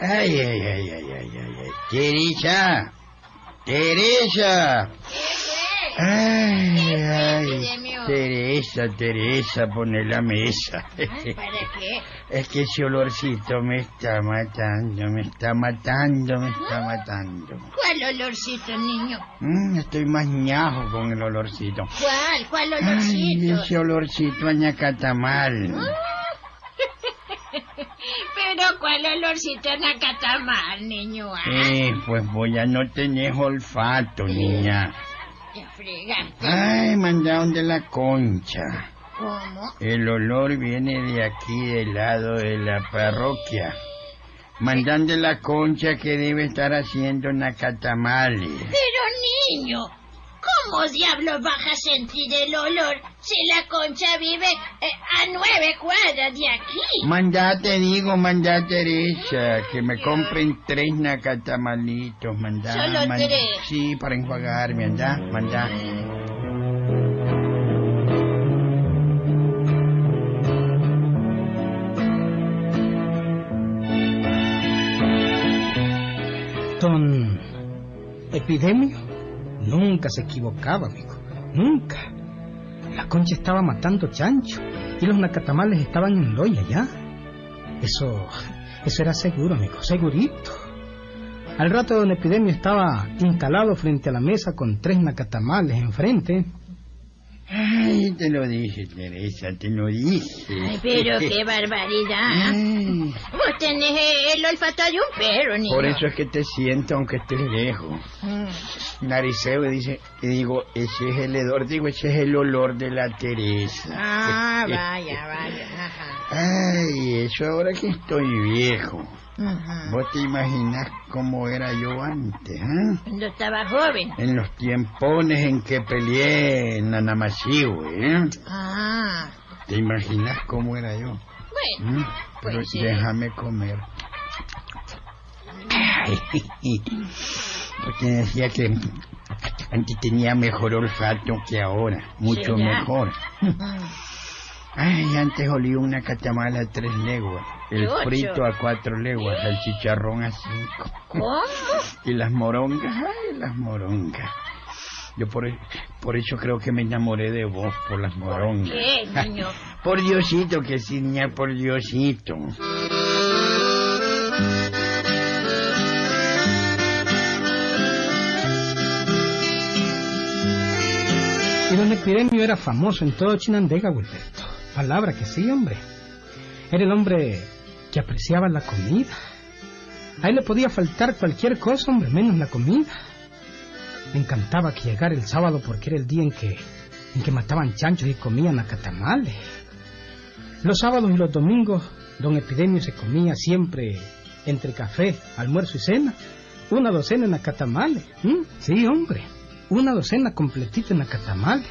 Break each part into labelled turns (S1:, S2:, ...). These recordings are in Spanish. S1: Ay, ay, ay, ay, ay, ay, ay. Teresa. Teresa. Ay, ay, Teresa, Teresa, pone la mesa.
S2: ¿Para qué?
S1: Es que ese olorcito me está matando, me está matando, me está matando.
S2: ¿Cuál olorcito, niño?
S1: Mm, estoy más ñajo con el olorcito.
S2: ¿Cuál? ¿Cuál
S1: Ay,
S2: olorcito?
S1: ese olorcito a ñacatamal.
S2: Pero ¿cuál olorcito en Acatamal, niño? Ah,
S1: Eh, pues voy a no tener olfato, niña.
S2: ya fregaste.
S1: Ay, mandaron de la concha.
S2: ¿Cómo?
S1: El olor viene de aquí, del lado de la parroquia. Mandan de la concha que debe estar haciendo nacatamales.
S2: Pero, niño, ¿cómo diablos vas a sentir el olor si la concha vive eh, a nueve cuadras de aquí?
S1: Mandá, te digo, mandá, Teresa, que me compren tres nacatamalitos, mandá.
S2: ¿Solo
S1: mandá.
S2: tres?
S1: Sí, para enjuagarme, andá, mandá.
S3: Don Epidemio nunca se equivocaba, amigo. Nunca. La concha estaba matando chancho y los nacatamales estaban en loya ya. Eso, eso era seguro, amigo, segurito. Al rato don Epidemio estaba instalado frente a la mesa con tres nacatamales enfrente.
S1: Ay, te lo dije, Teresa, te lo dije.
S2: Ay, pero qué
S1: Mm.
S2: barbaridad.
S1: Ay,
S2: Vos tenés eh, el olfato de un perro, niño.
S1: Por eso es que te siento aunque estés lejos.
S2: Mm.
S1: Nariceo y dice, y digo, ese es el olor, digo, ese es el olor de la Teresa. Eh,
S2: Ah, vaya, vaya. Ajá.
S1: Ay, eso ahora que estoy viejo.
S2: Ajá.
S1: ¿Vos te imaginás cómo era yo antes, ah?
S2: Cuando estaba joven.
S1: En los tiempones en que peleé en Nanamasihue, ¿eh?
S2: Ah,
S1: ¿Te imaginás cómo era yo?
S2: bueno.
S1: ¿Mm? Pero
S2: Pues sí.
S1: déjame comer. Ay, porque decía que antes tenía mejor olfato que ahora, mucho
S2: ¿Será?
S1: mejor. Ay, antes olía una catamala a tres leguas, el
S2: Ocho.
S1: frito a cuatro leguas, el chicharrón a cinco.
S2: ¿Cómo?
S1: Y las morongas, ay, las morongas. Yo por, por eso creo que me enamoré de vos, por las morongas.
S2: qué, niño?
S1: por Diosito que sí, niña, por Diosito.
S3: Y don Epidemio era famoso en todo Chinandega, Wilberto. Palabra que sí, hombre. Era el hombre que apreciaba la comida. A él le podía faltar cualquier cosa, hombre, menos la comida. Me encantaba que llegara el sábado porque era el día en que, en que mataban chanchos y comían acatamales. Los sábados y los domingos, don Epidemio se comía siempre entre café, almuerzo y cena. Una docena en acatamales. ¿m? Sí, hombre. Una docena completita en acatamales.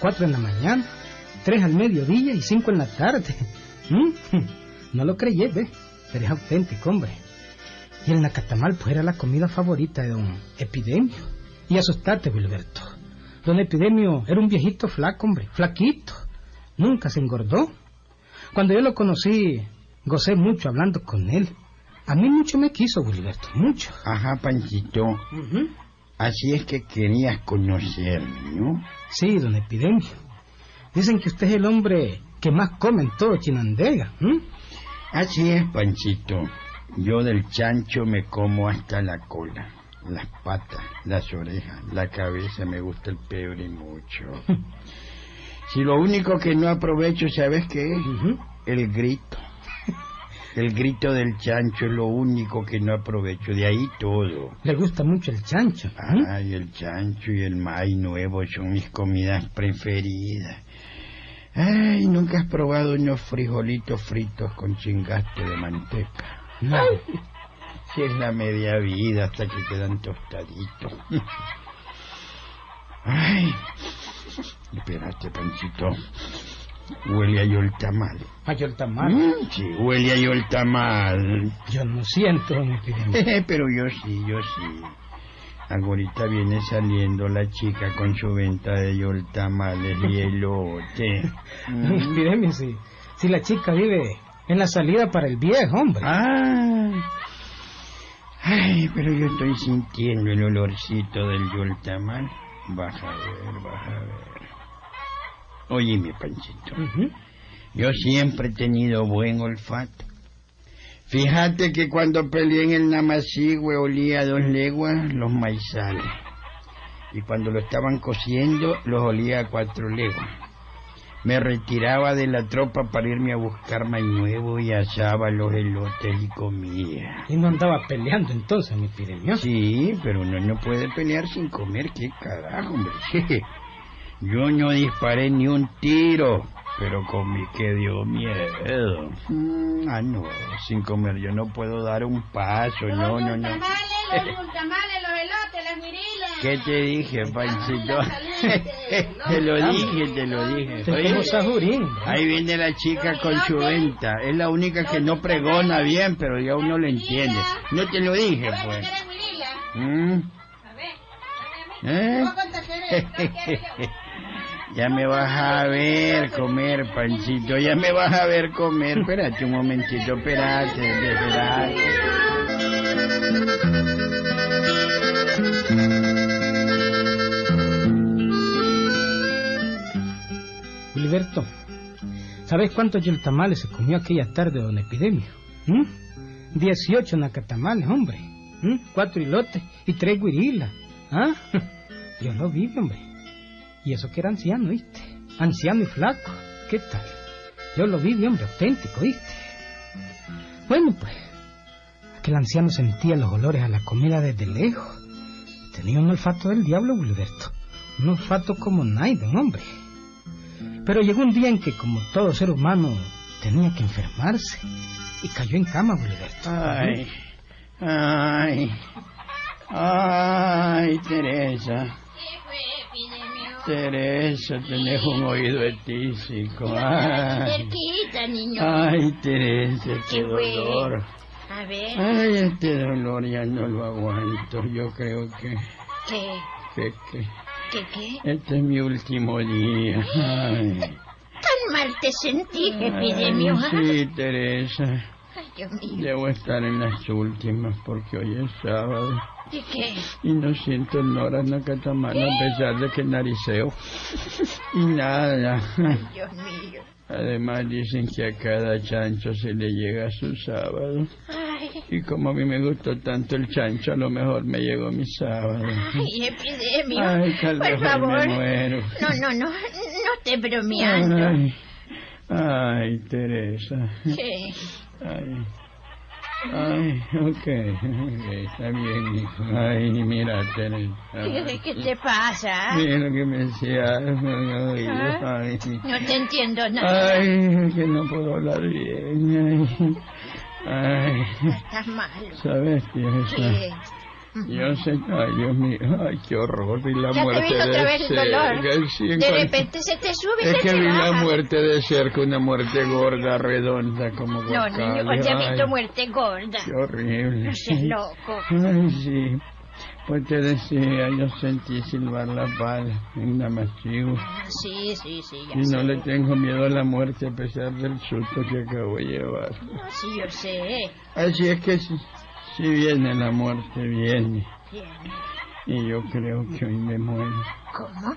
S3: Cuatro en la mañana, tres al mediodía y cinco en la tarde. ¿m? No lo creyé, ve. Pero es auténtico, hombre. Y el nacatamal, pues, era la comida favorita de don Epidemio. Y asustate, Wilberto. Don Epidemio era un viejito flaco, hombre, flaquito. Nunca se engordó. Cuando yo lo conocí, gocé mucho hablando con él. A mí mucho me quiso, Wilberto, mucho.
S1: Ajá, Panchito, así es que querías conocerme, ¿no?
S3: Sí, don Epidemio. Dicen que usted es el hombre que más come en todo Chinandega. ¿m?
S1: Así es, Panchito. Yo del chancho me como hasta la cola, las patas, las orejas, la cabeza, me gusta el pebre mucho. si lo único que no aprovecho, ¿sabes qué es?
S3: Ujú.
S1: El grito. El grito del chancho es lo único que no aprovecho, de ahí todo.
S3: Le gusta mucho el chancho. ¿ah? ¿m?
S1: Ay, el chancho y el maíz nuevo son mis comidas preferidas. Ay, nunca has probado unos frijolitos fritos con chingaste de manteca.
S3: No.
S1: Si es la media vida hasta que quedan tostaditos. Ay, espérate, Panchito. Huele a yo el tamal.
S3: Ay, yo el tamal.
S1: Mm, Sí, huele a yo el tamal.
S3: Yo no siento, don Epidemio.
S1: Eh, Pero yo sí, yo sí. Ahorita viene saliendo la chica con su venta de yoltamales y elote.
S3: Don
S1: Mm.
S3: Epidemio, si, si la chica vive en la salida para el viejo, hombre.
S1: Ah, Ay, pero yo estoy sintiendo el olorcito del yultamal. Baja a ver, baja a ver. Oye, mi panchito,
S3: Ujú.
S1: yo siempre he tenido buen olfato. Fíjate que cuando peleé en el Namacigüe olía a dos leguas los maizales. Y cuando lo estaban cociendo los olía a cuatro leguas. Me retiraba de la tropa para irme a buscar maíz nuevo y asaba los elotes y comía.
S3: Y no andaba peleando entonces, mi piremio.
S1: Sí, pero uno no puede pelear sin comer, qué carajo, hombre. Yo no disparé ni un tiro, pero comí que dio miedo. Mm, ah, no, sin comer yo no puedo dar un paso,
S4: Los
S1: no, no, no.
S4: yultamales, los yultamales, los elotes, las mirilas.
S1: ¿Qué te dije, Panchito? te lo dije, te lo dije.
S3: Te como
S1: Oye,
S3: sajurín.
S1: ahí viene la chica con su venta. Es la única que no pregona bien, pero ya uno le entiende. No te lo dije,
S4: A ver, ¿no
S1: pues.
S4: quieres mirila?
S1: Mm,
S4: A ver, dame a mí.
S1: ¿eh?
S4: ¿Vos cuánto querés? ¿Cuánto querés?
S1: Ya me vas a ver comer, Panchito. Ya me vas a ver comer. Espérate un momentito, espérate, espérate.
S3: Gilberto, ¿sabes cuántos yultamales se comió aquella tarde don Epidemio? ¿Mm? Dieciocho nacatamales, hombre. ¿Mm? Cuatro hilotes y tres guirilas. ¿Ah? Yo lo vi, hombre. Y eso que era anciano, ¿viste? Anciano y flaco. ¿Qué tal? Yo lo vi, hombre, auténtico, ¿viste? Bueno, pues, aquel anciano sentía los olores a la comida desde lejos. Tenía un olfato del diablo, Gilberto. Un olfato como nadie, hombre. Pero llegó un día en que, como todo ser humano, tenía que enfermarse. Y cayó en cama, Gilberto.
S1: Ay, ay, ay, Teresa.
S4: ¿Qué fue, epidemio?
S1: Teresa, tenés un oído etísico. Ay,
S2: Cerquita, niño.
S1: ay, Teresa, este dolor. Ah.
S2: A ver,
S1: Ay, este dolor ya no lo aguanto. Yo creo que,
S2: ¿qué?
S1: que, que
S2: ¿Qué qué?
S1: este es mi último día. Ay.
S2: Tan mal te sentí, epidemio.
S1: Ay,
S2: ¿ah?
S1: Sí, Teresa.
S2: Ay, Dios mío.
S1: Debo estar en las últimas porque hoy es sábado
S2: ¿De qué?
S1: y no siento el olor a nacatamala a pesar de que nariceo. Y nada.
S2: Dios mío.
S1: Además dicen que a cada chancho se le llega su sábado.
S2: Ay,
S1: Y como a mí me gustó tanto el chancho, a lo mejor me llegó mi sábado.
S2: ay epidemio.
S1: Ay, Caldejo,
S2: Por
S1: me
S2: favor.
S1: muero.
S2: No, no, no. No te bromeando.
S1: Ay, ay, Teresa.
S2: ¿Qué?
S1: Ay. Ay, ok, ok, está bien, hijo. Ay, mira, Teresa.
S2: ¿Qué, qué te pasa? ah?
S1: Mira lo que me decía. Ay,
S2: Ah.
S1: ay,
S2: No te entiendo nada.
S1: ay, que no puedo hablar bien. Ay, ay.
S2: Estás malo.
S1: ¿sabes,
S2: Sí.
S1: Teresa? Yo sé, ay, Dios mío, ay, qué horror. Vi la
S2: Ya te
S1: muerte
S2: vino otra
S1: de
S2: vez el dolor.
S1: cerca. Sí, en
S2: de
S1: cuanto-
S2: repente se te sube y
S1: Es
S2: se
S1: que
S2: te
S1: vi la
S2: baja.
S1: muerte de cerca, una muerte gorda, redonda, como
S2: No, niño,
S1: guacale.
S2: ya he
S1: Ay,
S2: visto muerte gorda.
S1: Qué horrible.
S2: No seas loco.
S1: Ay, sí. Pues te decía, yo sentí silbar la pala en Namachigo.
S2: Ah, Sí, sí, sí, ya
S1: Y no
S2: sé.
S1: le tengo miedo a la muerte a pesar del susto que acabo de llevar.
S2: No, sí, yo sé.
S1: Así es que si, si viene la muerte, viene.
S2: Bien.
S1: Y yo creo que hoy me muero.
S2: ¿Cómo?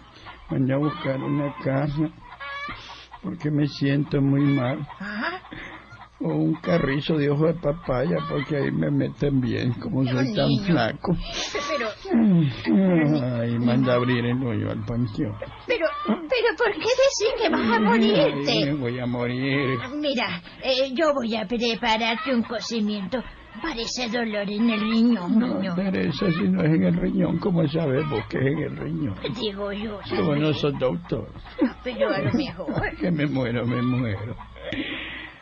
S1: Voy a buscar una casa porque me siento muy mal.
S2: Ah,
S1: O un carrizo de hojo de papaya porque ahí me meten bien, como soy tan
S2: niño.
S1: flaco.
S2: pero,
S1: Ay, manda a abrir el hoyo al panteón.
S2: pero, pero, ¿por qué decir que vas a
S1: Ay, me
S2: morirte?
S1: voy a morir.
S2: Mira, eh, yo voy a prepararte un cocimiento para ese dolor en el riñón,
S1: No,
S2: niño.
S1: Teresa, si no es en el riñón, ¿cómo sabemos que es en el riñón?
S2: Digo yo,
S1: Si vos no sos doctor.
S2: pero a lo mejor.
S1: Ay, que me muero, me muero.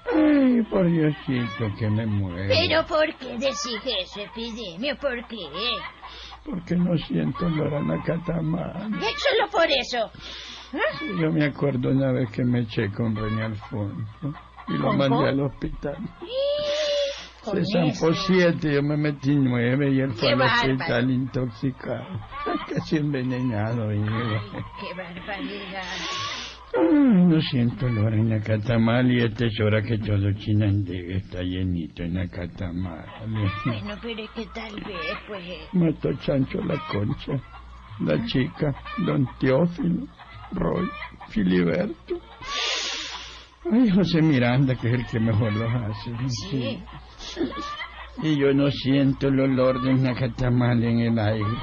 S1: Ay, por Diosito, que me muero.
S2: Pero, ¿por qué decir eso, epidemio? ¿Por qué? Eh,
S1: Porque no siento olor a nacatamán.
S2: Es solo por eso. ¿Ah?
S1: Sí, Yo me acuerdo una vez que me eché con René Alfonso y lo
S2: ¿Con
S1: mandé
S2: vos?
S1: al hospital.
S2: Y- con
S1: Se zampó
S2: eso.
S1: siete, yo me metí nueve y él fue
S2: ¡Qué
S1: al
S2: bárbaro!
S1: hospital intoxicado. Casi envenenado. eh. Y...
S2: Qué barbaridad.
S1: Ay, no siento olor en la catamala y esta es hora que todo Chinandega está llenito en la catamala.
S2: Bueno, pero es que tal vez, pues... eh,
S1: Mató Chancho la concha, la chica, don Teófilo, Roy, Filiberto. Ay, José Miranda, que es el que mejor los hace.
S2: Sí.
S1: Y yo no siento el olor de una catamal en el aire.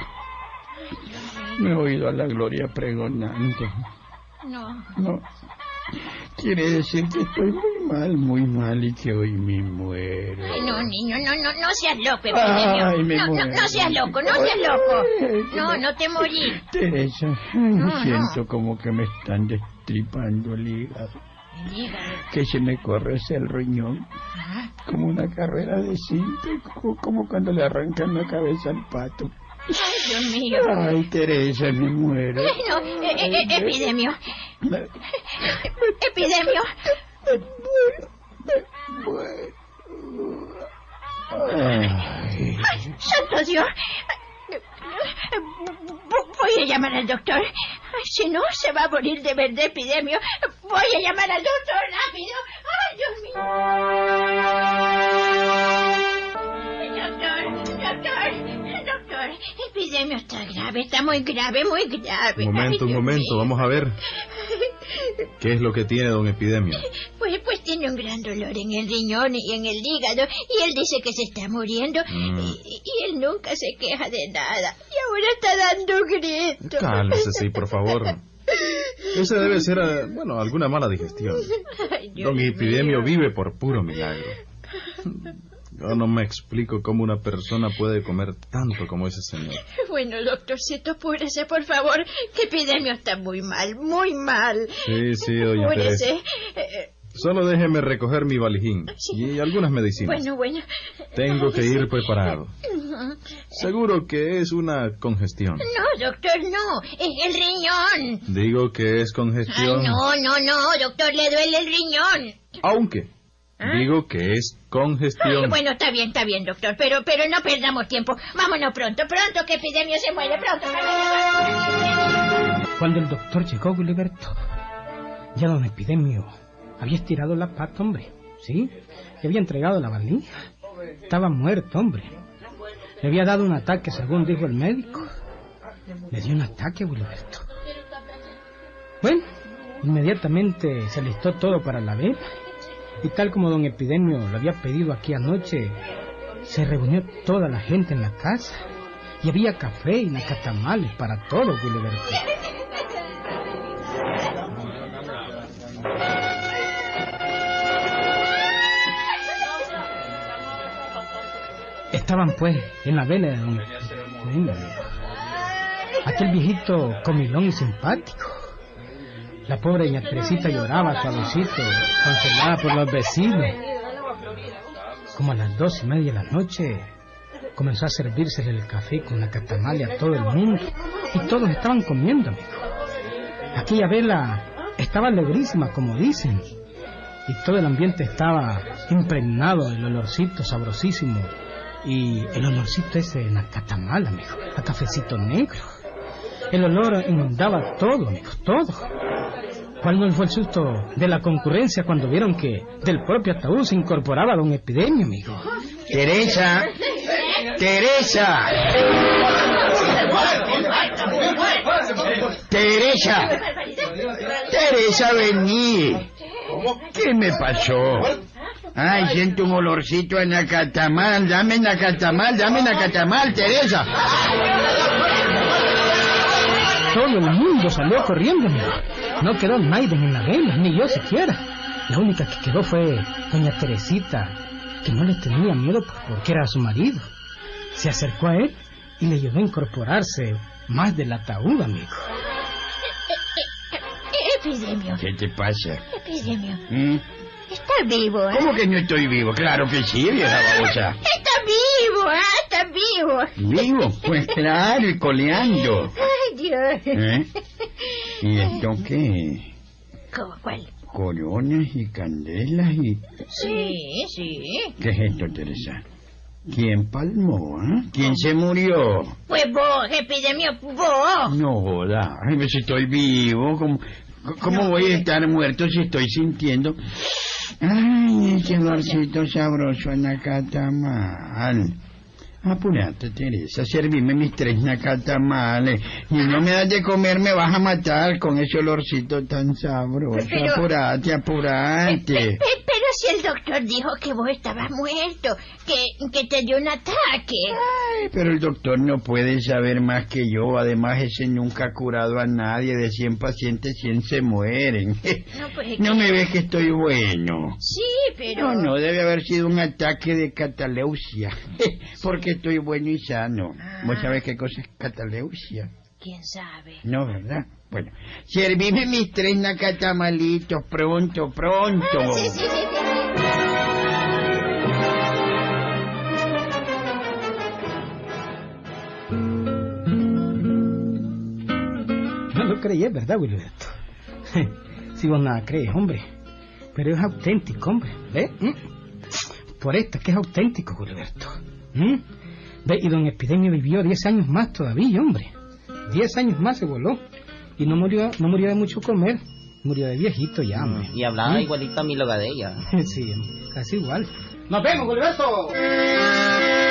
S1: Me he oído a la gloria pregonando.
S2: No,
S1: No. Quiere decir que estoy muy mal, muy mal y que hoy me muero.
S2: Ay, no, niño, no, no, no seas loco, Epinemio.
S1: Ay, me
S2: no, no,
S1: muero.
S2: no seas loco, no seas
S1: Ay,
S2: loco.
S1: que
S2: No,
S1: me-
S2: no te morí.
S1: Teresa, ay,
S2: No,
S1: me
S2: no.
S1: siento como que me están destripando el hígado,
S2: Dígame.
S1: que se me corre hacia el riñón,
S2: Ah,
S1: como una carrera de cinta, co- como cuando le arrancan la cabeza al pato.
S2: Ay, Dios mío.
S1: Ay, Teresa, me muero.
S2: Ay, no, eh, eh, eh, epidemio,
S1: Me-
S2: epidemio.
S1: me muero, me muero. Ay,
S2: Ay, santo Dios. Ay, eh, vo- Voy a llamar al doctor. Ay, si no, se va a morir de verdad, epidemio. Voy a llamar al doctor rápido. Ay, Dios mío. Doctor, doctor, doctor. Epidemio está grave, está muy grave, muy grave.
S5: Un momento,
S2: Ay,
S5: un
S2: Dios
S5: momento,
S2: mío.
S5: vamos a ver qué es lo que tiene don Epidemio.
S2: Pues, pues tiene un gran dolor en el riñón y en el hígado y él dice que se está muriendo
S5: Mm.
S2: y, y él nunca se queja de nada y ahora está dando gritos.
S5: Cálmese, sí, por favor. Esa debe ser, eh, bueno, alguna mala digestión.
S2: Ay, Dios
S5: Don
S2: mío.
S5: Epidemio vive por puro milagro. Yo no me explico cómo una persona puede comer tanto como ese señor.
S2: Bueno, doctorcito, púrese, por favor, que Epidemio está muy mal, muy mal.
S5: Sí, sí, doña Teresa.
S2: Púrese. Eh,
S5: Solo déjeme recoger mi valijín y algunas medicinas.
S2: bueno, bueno.
S5: Tengo que ir preparado. Seguro que es una congestión.
S2: No, doctor, no, es el riñón.
S5: Digo que es
S2: Ay,
S5: congestión.
S2: no, no, no, doctor, le duele el riñón.
S5: Aunque digo que es
S2: Ay,
S5: congestión.
S2: Ah. bueno, está bien, está bien, doctor, pero, pero no perdamos tiempo. Vámonos pronto, pronto, que Epidemio se muere, pronto.
S3: Cuando el doctor llegó, Gilberto, ya don Epidemio había estirado la pata, hombre, ¿sí? Le había entregado la valija. Estaba muerto, hombre. Le había dado un ataque, según dijo el médico. Le dio un ataque, Gilberto. Bueno, inmediatamente se listó todo para la vela. Y tal como don Epidemio lo había pedido aquí anoche, se reunió toda la gente en la casa. Y había café y nacatamales para todo, Gilberto. Estaban pues en la vela de don Epidemio. Aquel viejito comilón y simpático. La pobre doña Teresita lloraba suavecito, consolada por los vecinos. Como a las dos y media de la noche, comenzó a servírsele el café con la catamale a todo el mundo. Y todos estaban comiendo, amigo. Aquella vela estaba alegrísima, como dicen. Y todo el ambiente estaba impregnado del olorcito sabrosísimo. Y el olorcito ese de la catamala, amigo, a cafecito negro. El olor inundaba todo, amigo, todo. ¿Cuál no fue el susto de la concurrencia cuando vieron que del propio ataúd se incorporaba don Epidemio, amigo?
S1: Teresa, Teresa, Teresa, Teresa, vení. ¿Qué me pasó? Ay, siento un olorcito en la catamal. Dame la catamal, dame la catamal, Teresa.
S3: Todo el mundo salió corriendo, amigo. No quedó nadie en la vela, ni yo siquiera. La única que quedó fue doña Teresita, que no le tenía miedo pues, porque era su marido. Se acercó a él y le ayudó a incorporarse más del ataúd, amigo.
S2: E-, Epidemio,
S1: ¿Qué te pasa?
S2: Epidemio,
S1: ¿Mm?
S2: está vivo, ¿eh?
S1: ¿Cómo que no estoy vivo? Claro que sí, vieja babosa.
S2: Está vivo, ah, está vivo.
S1: ¿Vivo? Pues claro, y coleando.
S2: Ay, Dios.
S1: ¿Eh? ¿Y esto qué?
S2: ¿Cómo cuál?
S1: Coronas y candelas y...
S2: Sí, sí.
S1: ¿Qué es esto, Teresa? ¿Quién palmó, ah? ¿Quién se murió?
S2: Pues vos, Epidemio, vos.
S1: No joda. Ay, pues estoy vivo. ¿Cómo, C- ¿Cómo voy a estar muerto si estoy sintiendo? Ay, ese olorcito sabroso a nacatamal. Apurate, Teresa, servime mis tres nacatamales. Y no me das de comer, me vas a matar con ese olorcito tan sabroso.
S2: Pero-
S1: Apurate, apurate.
S2: Pe- pe- Pero si el doctor dijo que vos estabas muerto, que, que te dio un ataque.
S1: Ay, pero el doctor no puede saber más que yo. Además, ese nunca ha curado a nadie. De 100 pacientes, 100 se mueren.
S2: No, pues es
S1: No
S2: que-
S1: me ves que estoy bueno.
S2: Sí, pero...
S1: No, no, debe haber sido un ataque de cataleusia. Porque estoy bueno y sano.
S2: Ah.
S1: ¿Vos sabés qué cosa es cataleusia?
S2: ¿Quién sabe?
S1: No, ¿verdad? Bueno, servime mis tres nacatamalitos pronto, pronto.
S2: Ah, Sí, sí, sí, sí.
S3: No lo creí, es verdad, Wilberto. si vos nada crees, hombre. Pero es auténtico, hombre. ¿Ve? ¿Mm? Por esto es que es auténtico, Wilberto. ¿Mm? ¿Ve? Y don Epidemio vivió 10 años más todavía, hombre. 10 años más se voló. Y no murió, no murió de mucho comer. Murió de viejito ya, hombre.
S6: Y hablaba
S3: ¿Mm?
S6: igualito a mi logadella.
S3: sí, casi igual. ¡Nos vemos, Gilberto!